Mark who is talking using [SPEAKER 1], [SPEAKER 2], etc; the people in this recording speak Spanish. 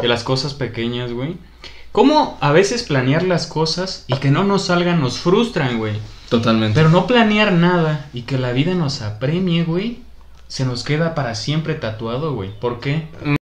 [SPEAKER 1] de las cosas pequeñas, güey. ¿Cómo a veces planear las cosas y que no nos salgan nos frustran, güey?
[SPEAKER 2] Totalmente.
[SPEAKER 1] Pero no planear nada y que la vida nos apremie, güey, se nos queda para siempre tatuado, güey. ¿Por qué?